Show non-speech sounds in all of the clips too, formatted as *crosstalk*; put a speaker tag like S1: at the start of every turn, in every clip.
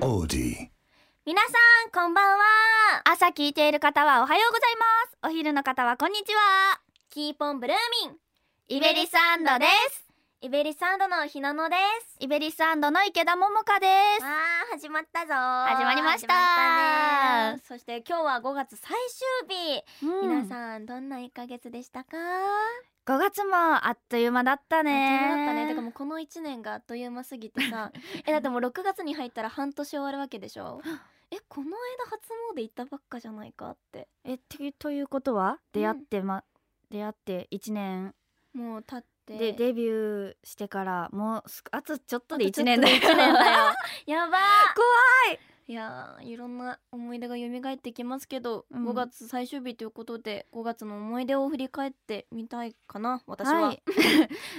S1: オーディ
S2: 皆さんこんばんは朝聞いている方はおはようございますお昼の方はこんにちはキーポンブルーミンイベリスアンドですイベリスアンドの日野野ですイベリスアンドの池田桃香です
S3: あー始まったぞ
S2: 始
S3: 始
S2: まりました
S3: まったねそして今日は5月最終日、
S2: 皆
S3: 皆
S2: さ
S3: さ
S2: ん
S3: んどんな1ヶ月でしたか
S2: 5月もあっという間だった
S3: あ
S2: ね
S3: っという間だったねてかもうこの1年があっという間すぎて
S2: *laughs*
S3: さえだってもう6月に入ったら半年終わるわけでしょえこの間初詣行ったばっかじゃないかって
S2: えてということは出会ってま、出会って1年
S3: もう経って
S2: でデビューしてからもうすあとちょっとで
S3: あとちょっ
S2: 1
S3: と
S2: 年
S3: で
S2: だよ
S3: 一年だ
S2: *laughs*
S3: よやば
S2: 怖い
S3: いやーいろんな思い出が蘇ってきますけど、
S2: うん
S3: 5月最終日ということで5月の思い出を振り返ってみたいかな私は、
S2: はい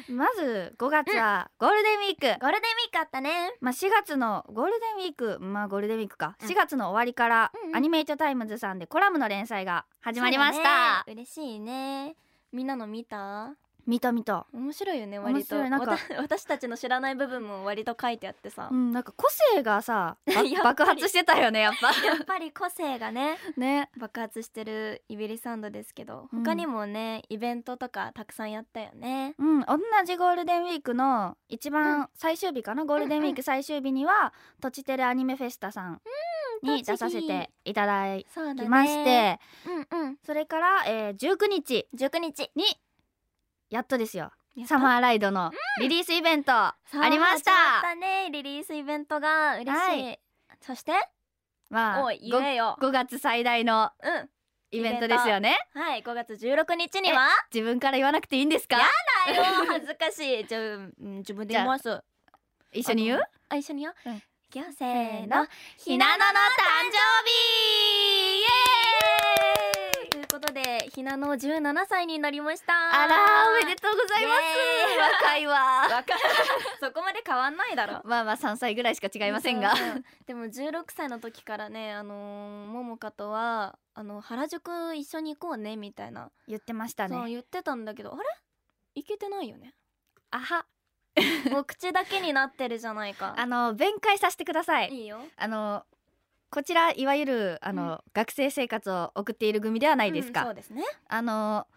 S2: *laughs* まず5月はゴールデンウィーク、
S3: ゴールデンウィークあったね
S2: まあ、4月のゴールデンウィークまあゴールデンウィークか、
S3: うん
S2: 4月の終わりから
S3: うんうん
S2: アニメイトタイムズさんでコラムの連載が始まりまし
S3: そうだ
S2: た、
S3: ね嬉しいねみんなの見た
S2: 見た見た
S3: 面白いよね
S2: 面
S3: 割と
S2: 白いなんか
S3: わた *laughs* 私たちの知らない部分も割と書いてあってさ、
S2: うんなんか個性がさば
S3: *laughs* やっぱり
S2: 爆発してたよねやっ
S3: *laughs*
S2: ぱ
S3: *laughs* やっぱり個性がね
S2: ね
S3: 爆発してるイベリサンドですけど
S2: うん
S3: 他にもね、イベントとかたくさんやったよね
S2: うん同じゴールデンウィークの一
S3: う
S2: 番最終日かな、ゴールデンウィーク最終日には「とちてるアニメフェスタ」さん
S3: うん
S2: に出させていただき
S3: そうだね
S2: まして、
S3: うんうん
S2: それから、えー、19日
S3: 19日
S2: にやっとですよ
S3: やった
S2: サマーライドのリリースイベントあ
S3: さあ
S2: りました、
S3: 始まったねリリースイベントが嬉しい、
S2: は
S3: そして
S2: まあ
S3: おい言えよ
S2: 5, 月最大の
S3: う
S2: イベントですよね
S3: んはい5月16日には
S2: 自分から言わなくていいんですか
S3: やだよ *laughs* 恥ずかしいじゃあ、うん、自分で言います
S2: 一緒に言う
S3: あ一緒によ、
S2: うん
S3: いくよせ
S2: せー
S3: ー
S2: の
S3: の
S2: ひなのの誕生日イエーイ
S3: ということでひなの17歳になりました
S2: あらーおめでとうございます
S3: イエーイ
S2: 若いわ
S3: わか *laughs* そこまで変わんないだろ
S2: まあまあ3歳ぐらいしか違いませんが
S3: そうそうでも16歳の時からねあのー、ももかとはあの原宿一緒に行こうねみたいな、
S2: 言ってました
S3: そう
S2: ね
S3: 言ってたんだけどあれ行けてないよね
S2: あは
S3: *laughs* もう口だけになってるじゃないか
S2: あの弁解させてください
S3: いいよ
S2: あのこちらいわゆるあの、学生生活を送っている組ではないですか、
S3: うんそうですね
S2: あの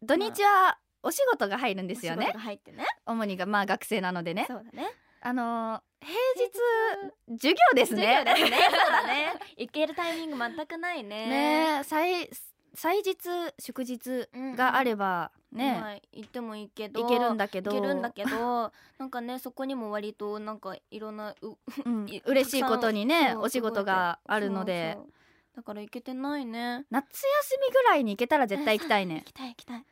S2: 土日はお仕事が入るんですよ
S3: お仕
S2: ね
S3: 事が入ってね
S2: 主にがまあ学生なのでね
S3: そうだね
S2: あの平
S3: 平
S2: 日授業ですね
S3: 授業ですねそうだね行けるタイミング全くないね
S2: ねえ祭祭日祝日があればね、
S3: まあ行ってもいいけど
S2: 行けるん
S3: だ
S2: だけど
S3: 行けるんだけどなんかねそこにも割となんかいろんなう
S2: うん
S3: い
S2: 嬉しいことにね
S3: たくさん
S2: お仕事があるので
S3: そうそうだから行けてないね
S2: 夏休みぐらいに行けたら絶対行きたい
S3: *laughs* 行
S2: ね。
S3: きたい行きたい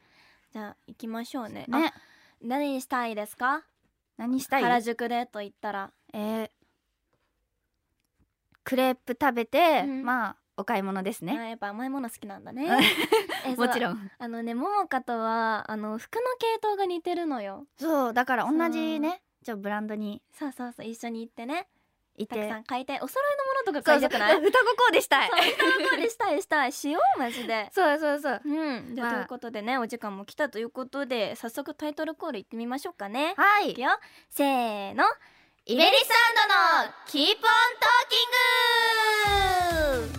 S3: じゃあ行きましょうねあ
S2: *laughs* ね
S3: 何にしたいですか
S2: 何したい
S3: 原宿でと言ったら
S2: えークレープ食べて、
S3: うん
S2: まあお買い物です
S3: あ
S2: ね。
S3: やっぱ甘いもの好きなんだ
S2: *laughs*
S3: ねえそう
S2: もちろん。
S3: あのねももかとはあの服の系統が似てるのよ
S2: そうだから同じねちょブランドに
S3: そうそうそう一緒に行ってね
S2: い
S3: たく
S2: て
S3: さん買いたいお揃いのものとか買い
S2: そうそう *laughs*
S3: たくない
S2: 歌子コーデした
S3: *laughs*
S2: い
S3: そう歌の声でしたいしたいしようマジで
S2: そうそうそう
S3: うん、で
S2: まあ
S3: ということでねお時間も来たということで早速タイトルコール行ってみましょうかね。
S2: はい
S3: く
S2: い
S3: よせーの
S2: イベリスアンドのキープオントーキング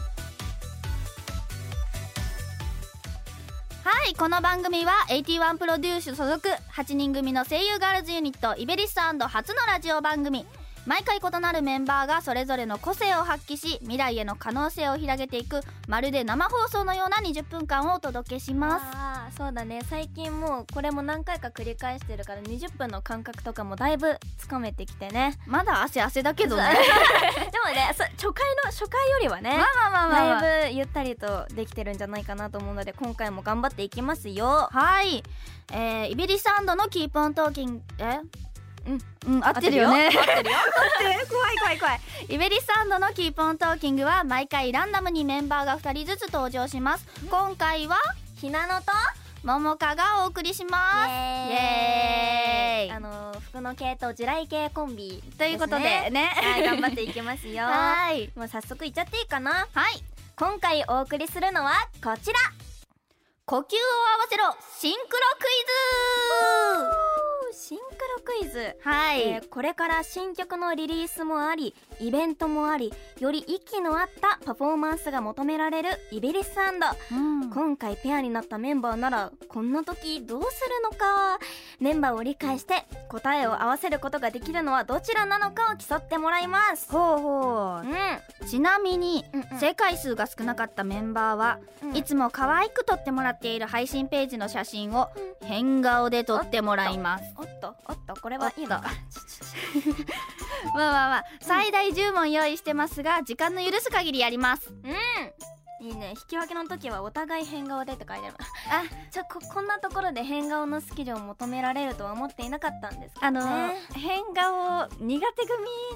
S2: はいこの番組は81プロデュース所属8人組の声優ガールズユニットイベリスアンド初のラジオ番組毎回異なるメンバーがそれぞれの個性を発揮し未来への可能性を広げていくまるで生放送のような20分間をお届けします
S3: あーそうだね最近もうこれも何回か繰り返してるから20分の間隔とかもだいぶつかめてきてね。
S2: まだ汗汗だ
S3: *laughs*
S2: け
S3: で
S2: ど
S3: も
S2: ね
S3: ねそ初回の初回よりはね
S2: *laughs* まあまあまあまあ、まあ、
S3: だいぶゆったりとできてるんじゃないかなと思うので今回も頑張っていきますよ。
S2: はい、えー、イベリスアンドのキープオントーキングえうん、うん、合ってるよ
S3: 合
S2: ね
S3: ってるよ合ってるよ
S2: *laughs* 怖い怖い怖いイベリスアンドのキープオントーキングは毎回ランダムにメンバーが2人ずつ登場します今回は
S3: ひなのと
S2: ももかがお送りします
S3: イ
S2: エーイ
S3: あのー服の系統地雷系コンビ
S2: ということで
S3: ですね
S2: ね
S3: はい、頑張っていきますよ。
S2: *laughs* はい
S3: もう早速いっちゃっていいかな。
S2: はい
S3: 今回お送りするのはこちら。
S2: 呼吸を合わせろシンクロクイズ
S3: シンクロクイズ
S2: はい、
S3: えーこれから新曲のリリースもありイベントもありより息の合ったパフォーマンスが求められるイベリスサンド
S2: うん
S3: 今回ペアになったメンバーならこんな時どうするのかメンバーを理解して答えを合わせることができるのはどちらなのかを競ってもらいます
S2: ほうほ
S3: うん、
S2: うちなみに、正解数が少なかったメンバーは、いつも可愛く撮ってもらっている配信ページの写真を変顔で撮ってもらいます
S3: おっとおっとこれはいいの
S2: おっ
S3: か
S2: とまあまあまあ最大10問用意してますが時間の許す限りやります
S3: いいね引き分けの時はお互い変顔でって書いてある
S2: あ
S3: ちょここんなところで変顔のスキルを求められるとは思っていなかったんですけど
S2: あのー
S3: ね
S2: 変顔苦手組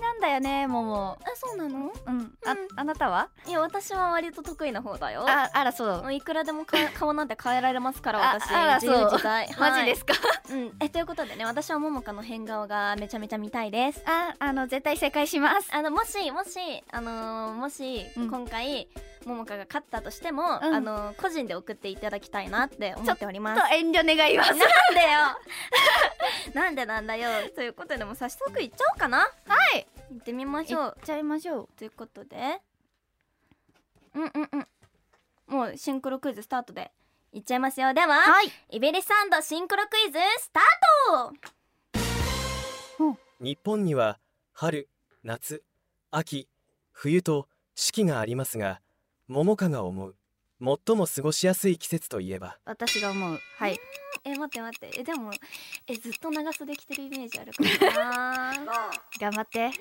S2: なんだよねもも
S3: あそうなの
S2: うんあ
S3: うん
S2: あなたはい
S3: や私は割と得意な方だよ
S2: ああらそう
S3: いくらでもか *laughs* 顔なんて変えられますから
S2: あ
S3: 私
S2: あら
S3: 自由
S2: そう
S3: 自在、
S2: マジですすか
S3: うん、えということでね私はももかの変顔がめちゃめちゃ見たいです
S2: ああの絶対正解します
S3: あのもしもしあのーもし、
S2: うん
S3: 今回ももかが勝ったとしても、
S2: うん
S3: あのー個人で送っていただきたいなって思っております
S2: と遠慮願います
S3: なん *laughs* だよなんでなんだよということでもう早速いっちゃおうかなはい行ってみましょ
S2: 行っ
S3: う
S2: ちゃいましょう
S3: ということでうんうんうんもうシンクロクイズスタートでいっちゃいますよでは、
S2: はい
S3: イベリスサンドシンクロクイズスタート
S1: 日本には春夏秋冬と四季がありますが桃花が思う最も過ごしやすい季節といえば
S2: 私が思うはい
S3: え待って待ってえでもえずっと長袖着てるイメージある *laughs* からな
S2: 頑張って
S3: い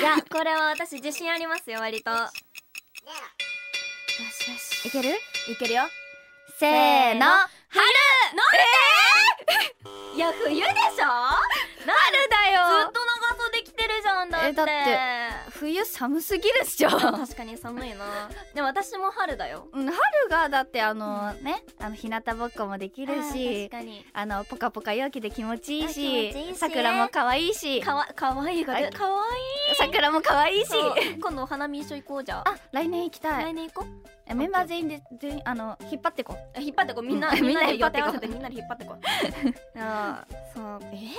S3: やこれは私自信ありますよ割とよしよし
S2: いける
S3: いけるよ
S2: せーの
S3: いや冬でし *laughs* ょ
S2: 春だ
S3: ずっと長袖着てるじゃんだって
S2: えだって冬寒すぎるっしょ *laughs*
S3: 確かに寒いなでも私も春だよ
S2: うん春がだってあのねあの日向ぼっこもできる
S3: あー確
S2: し
S3: かに
S2: あのポカポカ陽気で気持ちいい
S3: あ
S2: し
S3: 気持ちいいし
S2: 桜も可愛いし
S3: かわかわいいが出
S2: あ
S3: るかわ
S2: 桜も可愛いし
S3: いいし今度お花見一緒行こうじゃあ
S2: あ来年行きたい
S3: 来年行こう
S2: えメンバー全員で全員あの引っ張ってこう
S3: あ引っ張ってこうみんな
S2: うん
S3: みんな
S2: み
S3: で
S2: んな
S3: 予
S2: で
S3: 定合わせて
S2: 引
S3: みんなで引っ張ってこう *laughs* あーそうえー、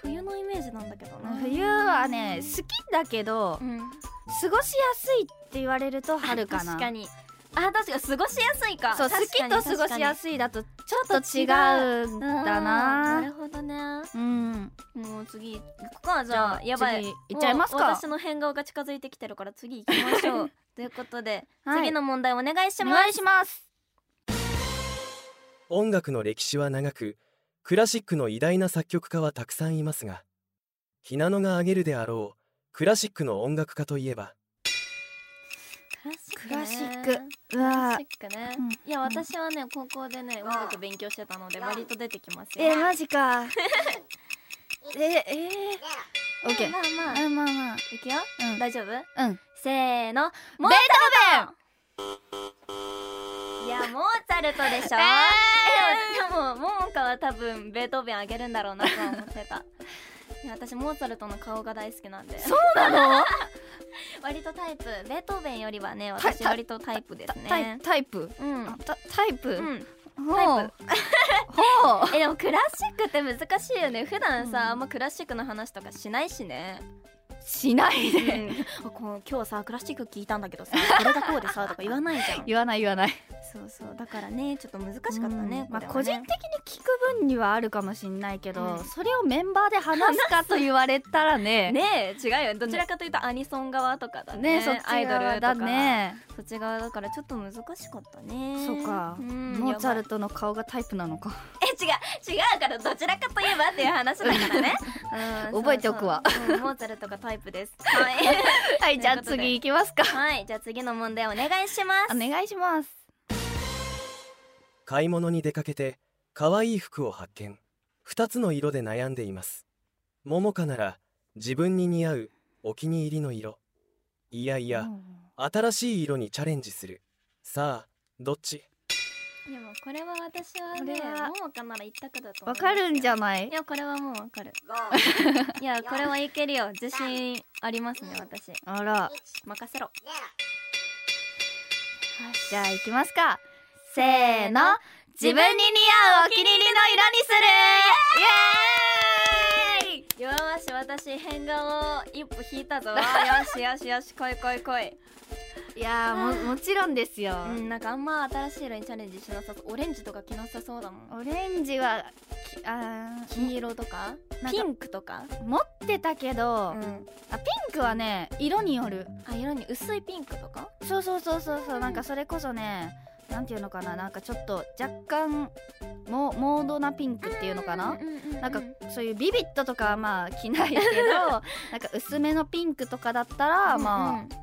S3: 冬のイメージなんだけどな
S2: 冬はね好きだけど
S3: うん
S2: 過ごしやすいって言われると春かな
S3: 確かにあ確かに過ごしやすいか
S2: そう好きと過ごしや
S3: い
S2: すいだとち
S3: ち
S2: ょっと違うんだ
S3: なる
S2: な
S3: ほどね
S2: うん
S3: もう次行くかじ
S2: じゃ
S3: ゃ
S2: あ
S3: あやばい
S2: 次行っちゃいますか
S3: もう私の変顔が近づいてきてるから次行きましょ
S2: *laughs*
S3: うということで、
S2: はい
S3: 次の問題お願いし
S2: お
S3: ま
S2: 願いします
S1: 音楽の歴史は長くクラシックの偉大な作曲家はたくさんいますがひなのが挙げるであろうクラシックの音楽家といえば
S3: す
S2: クラシッ
S3: ク
S2: ク
S3: ねク
S2: う
S3: ラ
S2: わ
S3: シックね、
S2: うん
S3: いや私はね高校でね音楽勉強してたので割と出てきますよ
S2: えマジかええーオッケー
S3: まあまあ、
S2: あまあまあ
S3: いくよ、
S2: うん
S3: 大丈夫
S2: うん
S3: せーのモーツァルトいやモーツァルトでしょ、
S2: え
S3: でもでもももかは多分ベートーベンあげるんだろうなとは思ってたいや私モーツァルトの顔が大好きなんで
S2: そうなの
S3: *laughs* 割とタイプベートーベンよりはね
S2: タイ
S3: 私
S2: タイ
S3: 割とタイプです
S2: タイ
S3: ね
S2: タイプ
S3: うん
S2: あタタイプ
S3: うん、
S2: ほう
S3: タイ
S2: ほう
S3: えでもクラシックって難しいよね普段さ、あんまクラシックの話とかしないしね、
S2: しないで
S3: あこう今日さクラシック聞いたんだけどさこれがこうでさとか言わないじゃん
S2: 言わない言わない
S3: そうそうだからねちょっと難しかったね,、
S2: うんまあ、
S3: こ
S2: 個
S3: れ
S2: 人
S3: は
S2: 的に
S3: ね
S2: 聞く分にはあるかもしれないけど、
S3: うん
S2: それをメンバーで話すかと言われたらね
S3: ねえ違うよどちらかというとアニソン側とかだね
S2: ねそっち
S3: アイドル
S2: 側
S3: とか
S2: だね
S3: そっち側だからちょっと難しかったね
S2: そうか、
S3: ん
S2: モーツァ
S3: や
S2: ルトの顔がタイプなのか
S3: ばいえ違う違うからどちらかといえばっていう話だから
S2: *laughs*
S3: ね、うん
S2: 覚えておくわ
S3: そうそううんモーツァルトがタイプ
S2: *laughs*
S3: です *laughs* はい
S2: はいいじゃあ次行きますか
S3: はいじゃあ次の問題お願いします
S2: *laughs* お願いします
S1: 買い物に出かけて可愛い服を発見2つの色で悩んでいます桃花なら自分に似合うお気に入りの色いやいや、新しい色にチャレンジするさあどっち
S3: でもこれは私は
S2: こ
S3: ね
S2: れは
S3: ももかなら一択だと思
S2: わ
S3: う
S2: かるんじゃ
S3: ん
S2: ない
S3: いやこれはもうわかる *laughs* いやこれはいけるよ自信ありますね私
S2: あら
S3: 任せろ
S2: じゃあ行きますかせーの
S4: 自分に似合うお気に入りの色にするイエーイ
S3: よーし私変顔を一歩引いた
S2: *laughs*
S3: ぞよしよしよし来い来い来い
S2: いやーももちろんですよ、
S3: うんなんかあんま新しい色にチャレンジしなさそうオレンジとか着なさそうだもん
S2: オレンジはきあ
S3: 黄色とか
S2: なんか
S3: ピンクとか
S2: ー持ってたけど、
S3: ん
S2: あピンクはね色による
S3: あ色に薄いピンクとか
S2: そうそうそうそうそうなんかそれこそねなんていうのかななんかちょっと若干モモードなピンクっていうのかな、なんかそういうビビットとかはまあ着 *laughs* ないけどなんか薄めのピンクとかだったら、ま
S3: あ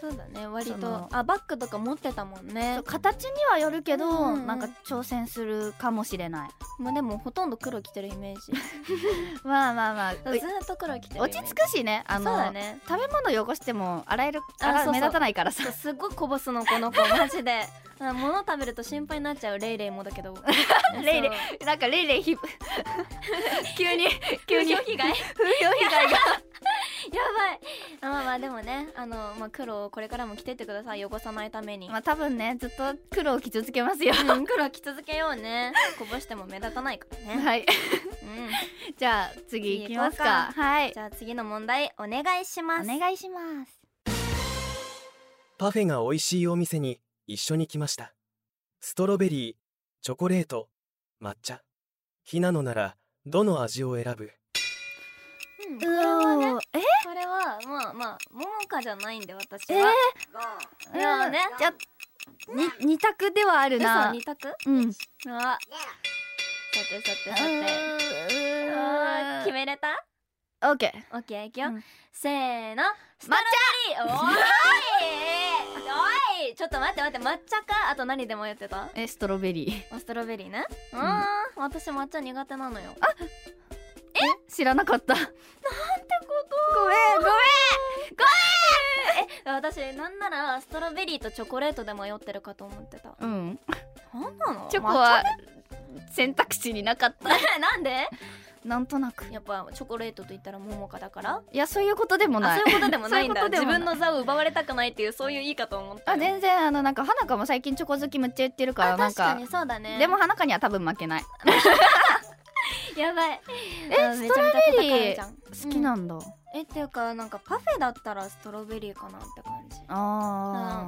S3: そうだね割
S2: そ
S3: と
S2: の
S3: あバッグとか持ってたもん
S2: あそ
S3: ね
S2: う形にはよるけど、
S3: うんうん
S2: なんか挑戦するかもしれない
S3: もうでもほとんど黒着てるイメー
S2: *laughs*
S3: ジ
S2: まあまあまあ
S3: ずーっと黒着てる
S2: 落ち着くしねあ
S3: あ
S2: の
S3: そうだね
S2: 食べ物汚しても洗える洗
S3: そうそう
S2: 目立たないからさ
S3: そうすっごいこぼすのこの
S2: *laughs*
S3: 子マジであ物食べると心配になっちゃうレイレイもだけど
S2: *laughs* レイレイ
S3: イ
S2: *laughs* なんかレイレイひ *laughs* 急に
S3: 急
S2: 急
S3: に *laughs*
S2: *laughs* に
S3: 被害や
S2: 風評被害が
S3: ばいあまあまあでもねあの、まあ、黒をこれからも着てってください汚さないために、
S2: まあ多分ねずっと黒を着続けますよ
S3: うん、黒は着続けようねこぼしても目立たないからね、
S2: はい *laughs*
S3: うん、
S2: じゃあ次行きますか
S3: 行こう
S2: はい
S3: じゃあ次の問題お願いします
S2: お願いします
S1: パフェが美味しいお店に一緒に来ましたストロベリーチョコレート抹茶ひなのならどの味を選
S3: う
S1: ぶ
S3: んこ
S2: う
S3: れはね
S2: おーえ
S3: これはまあまあももかじゃないんで私
S2: え
S3: はで
S2: ー
S3: もね
S2: じゃに二択ではある
S3: 嘘
S2: な
S3: 二択
S2: うん
S3: うわさてさてさてうわ決
S2: 決め
S3: めれた
S2: オッケー
S3: オッケーいくよ、
S2: うん
S3: せーの
S2: 抹
S3: ストロベリーおいおいちょっと待って待って抹茶かあと何で迷ってた
S2: えストロベリー *laughs*
S3: あストロベリーねう
S2: うん
S3: ーん私抹茶苦手なのよあ
S2: 知らなかったなんてことごめんごめん
S3: 私なんならストロベリーとチョコレートで迷ってるかと思ってた
S2: うん、
S3: なんなの
S2: チョコは選択肢になかった
S3: 抹茶 *laughs* なんで
S2: なんとなく
S3: やっぱチョコレートと言ったらモモカだから
S2: いやそういうことでも
S3: あ
S2: ない
S3: そういうことでもないんだ
S2: そういうことで
S3: 自
S2: もない
S3: 分の座を奪われたくないっていうそういういいかと思った
S2: *laughs* あ全然あのなんか花香も最近チョコ好きむっちゃ言ってるから
S3: あ
S2: なん
S3: 確か
S2: か
S3: にそうだね
S2: でも花香には多分負けない
S3: やばい
S2: え
S3: あめちゃめちゃ戦えるじゃん
S2: 好きなんだ、
S3: えっていうかなんかパフェだったらストロベリーかなって感じ
S2: あ
S3: う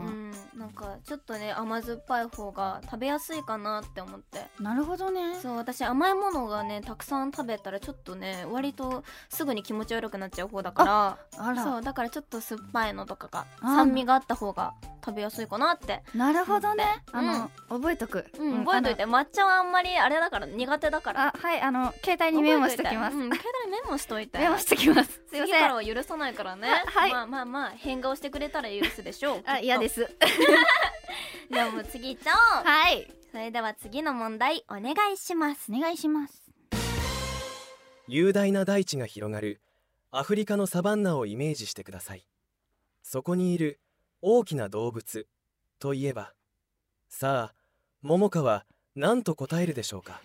S2: ー、
S3: んなんかちょっとね甘酸っぱい方が食べやすいかなって思って
S2: なるほどね
S3: そう私甘いものがねたくさん食べたらちょっとね割とすぐに気持ち悪くなっちゃう方だか
S2: あ
S3: ら
S2: ら
S3: そうだからちょっと酸っぱいのとかが
S2: あー
S3: 酸味があった方が食べやすいかなって、
S2: なるほどね、
S3: うん
S2: あの覚えとく、
S3: うん覚えといて抹茶はあんまりあれだから苦手だか
S2: あ
S3: ら
S2: のあはいあの携帯にメモしときます、
S3: 覚えいてうん携帯にメモしといて
S2: メモしときますすいま
S3: 次
S2: せ
S3: から
S2: ん
S3: は許さないからね
S2: あはい
S3: まあまあまあ変顔してくれたら許すでしょう
S2: あ嫌ですす
S3: ではもう次行っちゃおう
S2: はい
S3: それでは次の問題お願いします
S2: お願いします
S1: 雄大な大地が広がるアフリカのサバンナをイメージしてくださいそこにいる大きな動物といえばさあ桃花は何と答えるでしょうか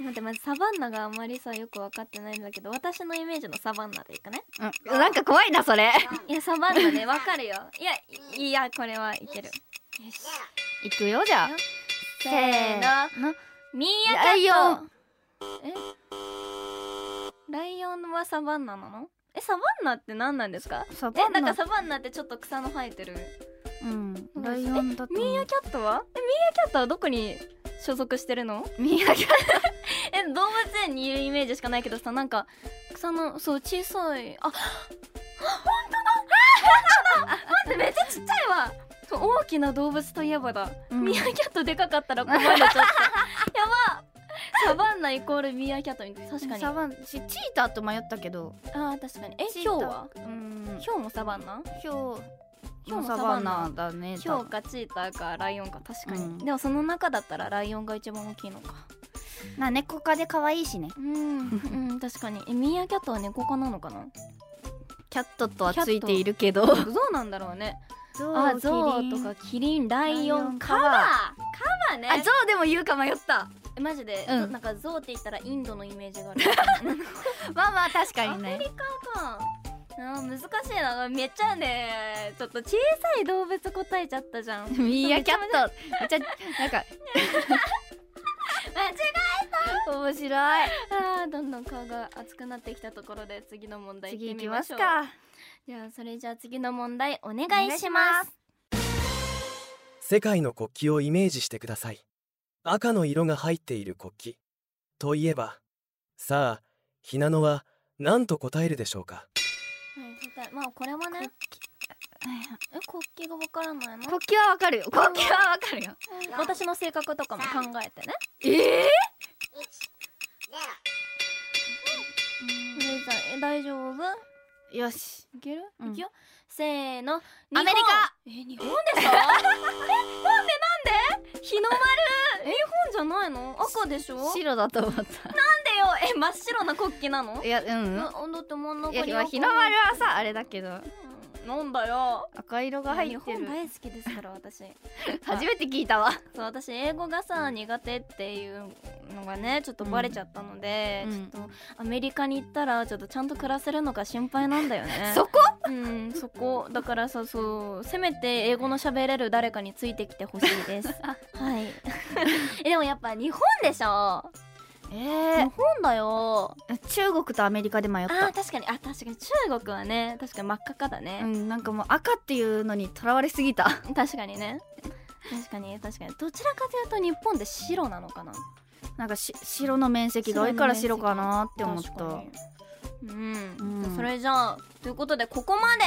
S3: 待ってまずサバンナがあんまりさよく分かってないんだけど私のイメージのサバンナでいくね
S2: うん、なんか怖いなそれ
S3: いやサバンナ
S2: *laughs*
S3: ね分かるよいやいいやこれはいけるよし
S2: いくよじゃあ
S3: せー
S2: の
S3: のミーア
S2: ライ
S3: キャ
S2: オ
S3: ッ
S2: ン
S3: トライオンはサバンナなのえサバンナって何なんですか
S2: サバ
S3: え
S2: ンナ
S3: なんかサバンナってちょっと草の生えてる
S2: うん
S3: うん
S2: ライオンだと
S3: ミ
S2: 思う
S3: ーアキャットはえミーアキャットはどこに所属してるの
S2: ミーアキャッ
S3: え動物園にいるイメージしかないけどさなんか草のそう小さいああ本当だあ本当だ待ってめっちゃちっちゃいわそう大きな動物といえばだ、
S2: ト、うん
S3: ミーアキャットでかかったら困るちょっとやばサバンナイコールミーアキャットみたいな確かに
S2: サ
S3: あ
S2: バンしチーターと迷ったけど
S3: ー確かにえ
S2: チー
S3: ヒ
S2: タ
S3: ョ
S2: ー
S3: ウは
S2: うん
S3: ヒョウもサバンナ
S2: ヒョウ
S3: ヒョウも
S2: サ
S3: サバ
S2: バ
S3: ン
S2: ン
S3: ナ
S2: ナだね
S3: ヒョウかチーターかライオンか確かに、
S2: うん
S3: でもその中だったらライオンが一番大きいのか
S2: 多分な猫科で可愛いしね
S3: うん、うん、確かにえミーアキャットは猫科なのかな
S2: キャットとは
S3: キャット
S2: ついているけど
S3: ゾウなんだろうね
S2: ゾ
S3: あ
S2: キ
S3: ゾウ
S2: リン
S3: とかキリンライオンカ
S2: カ
S3: バ
S2: バ
S3: カ
S2: カ
S3: バね
S2: あゾウでも言うか迷った
S3: えマジで、
S2: うん
S3: ゾなんかゾウって言ったらインドのイメージがある
S2: まあまあ確かにね
S3: アフリカかあー難しいなめっちゃねちょっと小さい動物答えちゃったじゃ *laughs* ん間違
S2: ミーアキャットめっちゃな
S3: *laughs*
S2: んか面白い
S3: あーどんどん顔が熱くなってきたところで次の問題
S2: 次
S3: 行っ
S2: 行
S3: てみ
S2: き
S3: ま
S2: ま
S3: し
S2: す
S3: ょう
S2: か
S3: じゃあそれじゃあ次の問題お願
S2: 願
S3: い
S2: い
S3: し
S2: し
S3: ま
S2: ます
S1: 世界の国旗をイメージしてください赤の色が入っている国旗といえばさあひなのは何と答えるでしょうか
S3: はい正解まあこれはねえ国旗がわからないの
S2: 国旗はわかるよ *laughs* 国旗はわかるよ
S3: 私の性格とかも考えてね
S2: ええ
S3: お姉ちゃんえ大丈夫
S2: よし
S3: いける、
S2: うん
S3: いくよせーの
S2: アメリカ
S3: え日本でしょ *laughs* えなんでなんで日の丸 *laughs* え日本じゃないの赤でしょなんでよ
S2: 白だと思っ *laughs*
S3: え真っ白な国旗なの
S2: たいやうん
S3: なだって真ん中
S2: いや
S3: に
S2: まあ日の丸はさあれだけど
S3: うんなんだよ
S2: 赤色が入
S3: 日
S2: って
S3: 本
S2: る
S3: 大好きですから私
S2: *laughs* 初めて聞いたわ
S3: そう私英語がさ苦手っていうのがねちょっとバレちゃったので、
S2: うん
S3: ちょっとアメリカに行ったらちょっとちゃんと暮らせるのか心配なんだよ *laughs* ね
S2: そこ
S3: うんそこだからさそうせめて英語の喋れる誰かについてきてほしい *laughs* ですはいえでもやっぱ日本でしょ
S2: え
S3: 日本だよ
S2: え中国とアメリカで迷っ
S3: あ
S2: た
S3: ー確かにあ確かに中国はね確かに真っ赤かだ
S2: う
S3: ね、
S2: んなんかもう赤っていうのにとらわれすぎた *laughs*
S3: 確かにね確かに確かにどちらかというと日本って白なのかな
S2: なんかし白の面積が多いから白かなって思っ
S3: 確か
S2: た
S3: にうん、
S2: うん
S3: それじゃあということでここまで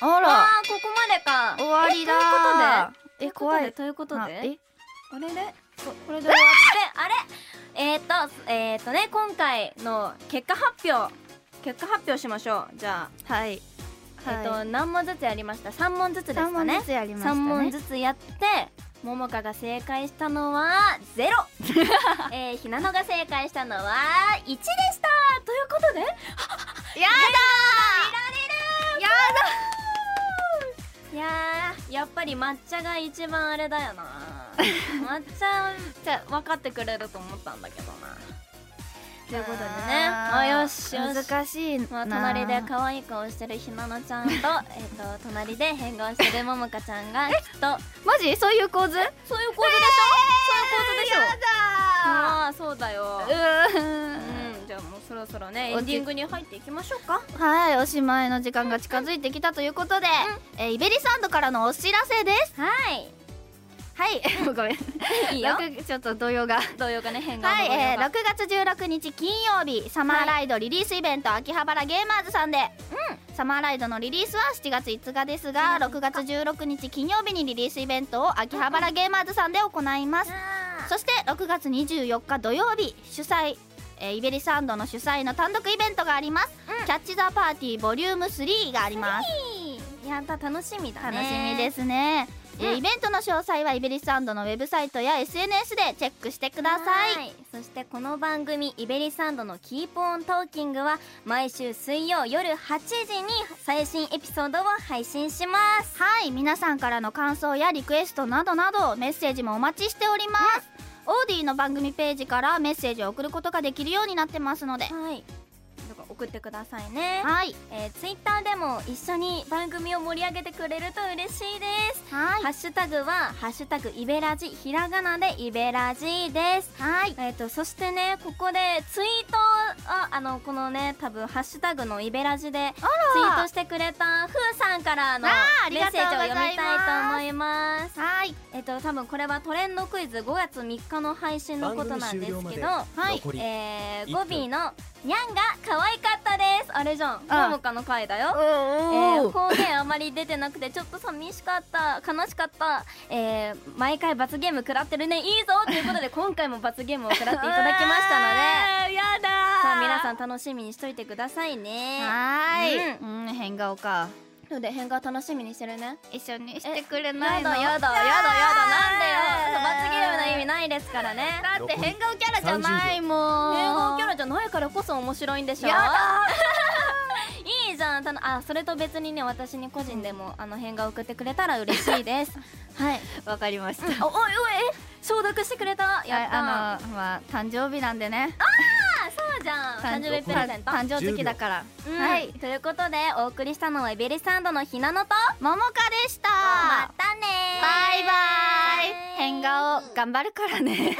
S2: あ
S3: あ
S2: ら
S3: ーここまでか
S2: 終わりだ
S3: え
S2: え怖い
S3: ということで
S2: な
S3: ということで
S2: え
S3: あれでここれで終わ *laughs* ってあれえっ、ー、とえっ、ー、とね今回の結果発表結果発表しましょうじゃ
S2: はい
S3: あ、えっ、
S2: は
S3: と何問ずつやりました三問ずつです
S2: 三
S3: か
S2: 問
S3: ね
S2: ずつやりましたね
S3: 3問ずつやってももかが正解したのは *laughs* ゼロえー、ひなのが正解したのは1でしたということ *laughs* でやだいられるやだいやーやっぱり抹茶が一番あれだよ *laughs* な抹茶って分かってくれると思ったんだけどなということでねあ
S2: あー
S3: よしよし
S2: 難しいな
S3: まあ、隣で可愛い顔してるひなのち *laughs* ゃんとえっと隣で変顔してるももかちゃんがきっと
S2: マジそういう構図
S3: そういう構図でしょ、そういう構図でしょ
S2: や
S3: ああそうだよ
S2: だーう
S3: うんじゃあもうそろそろねエ
S2: お
S3: ン
S2: じ
S3: ディングに入っていきましょうか
S2: ーんはいおしまいの時間が近づいてきたということで、えーイベリサンドからのお知らせです
S3: はい
S2: はい *laughs* ごめん
S3: いいよ
S2: 六ちょっと動揺が
S3: 動揺がね変顔の
S2: *laughs* は
S3: 動
S2: い、
S3: 揺が
S2: *laughs* えー、6月16日金曜日サマーライドリリースイベント、秋葉原ゲーマーズさんで、サマーライドのリリースは7月5日ですが6月16日金曜日にリリースイベントを秋葉原ゲーマーズさんで行います、
S3: あ
S2: そして6月24日土曜日主催、えーイベリサンドの主催の単独イベントがあります、キャッチ・ザ・パーティーボリューム3があります
S3: ーやった楽しみだ
S2: 楽
S3: ね
S2: しみですね、えー
S3: うん
S2: イベントの詳細はイベリサンドのウェブサイトや SNS でチェックしてください
S3: はいそしてこの番組「イベリサンドのキープオントーキング」は毎週水曜夜8時に最新エピソードを配信します
S2: はい皆さんからの感想やリクエストなどなどメッセージもお待ちしております、オーディの番組ページからメッセージを送ることができるようになってますので
S3: はいだから送ってくださいね
S2: はい
S3: えー、ツイッターでも一緒に番組を盛り上げてくれると嬉しいです、
S2: はい
S3: ハッシュタグは「ハッシュタグイベラジ」ひらがなでイベラジです
S2: はい
S3: えー、とそしてねここでツイートああのこのね多分ハッシュタグのイベラジでツイートしてくれたふーさんからの
S2: あーあり
S3: メッ
S2: がと
S3: セ
S2: う
S3: ー
S2: ご
S3: ジを
S2: ざい
S3: 読み
S2: ます
S3: たいと思います
S2: はい
S3: えっ、と多分これはトレンドクイズ5月3日の配信のことなんです
S1: 番組
S3: けど
S1: 終了まで
S3: はい
S1: 残り
S3: えー、
S1: 一
S3: 語
S1: 分
S3: 尾の「にゃんが可愛かったです」あれじゃん
S2: あ
S3: ももかの回だよえー
S2: お
S3: 方言あまり出てなくてちょっと寂しかった悲しかった、えー毎回罰ゲーム食らってるねいいぞという
S2: *laughs*
S3: ことで今回も罰ゲームを食らっていただきましたので
S2: でやだ
S3: さあ皆さん楽しみにしといてくださいね
S2: はーい、
S3: う
S2: うん、変顔か
S3: ので変顔楽しみにしてるね
S2: 一緒にしてくれない
S3: や
S2: の
S3: だやだやだやだなんでよ罰ゲームの意味
S2: な
S3: ないですからね
S2: だって変顔キャラじゃないもん
S3: 変顔キャラじゃないからこそ面白いんでしょ
S2: や
S3: *laughs* いいじゃんたのあそれと別にね私に個人でも、あの変顔送ってくれたら嬉しいです
S2: *laughs*
S3: はい
S2: わかりました
S3: あおいおいえ消毒してくれたやった
S2: ああのまあ誕生日なんでね
S3: あそうじゃん誕
S2: 誕
S3: 生
S2: 生日
S3: 日
S2: プ
S3: プ
S2: レ
S3: レ
S2: ゼ
S3: ゼ
S2: ン
S3: ン
S2: ト
S3: ト、
S2: 誕生月だから
S3: は
S2: はい
S3: いということでお送りしたのはエベレサンドのひなのと
S2: 桃花でした
S3: またね
S2: バイバイ
S3: バイ
S2: 変顔頑張るからね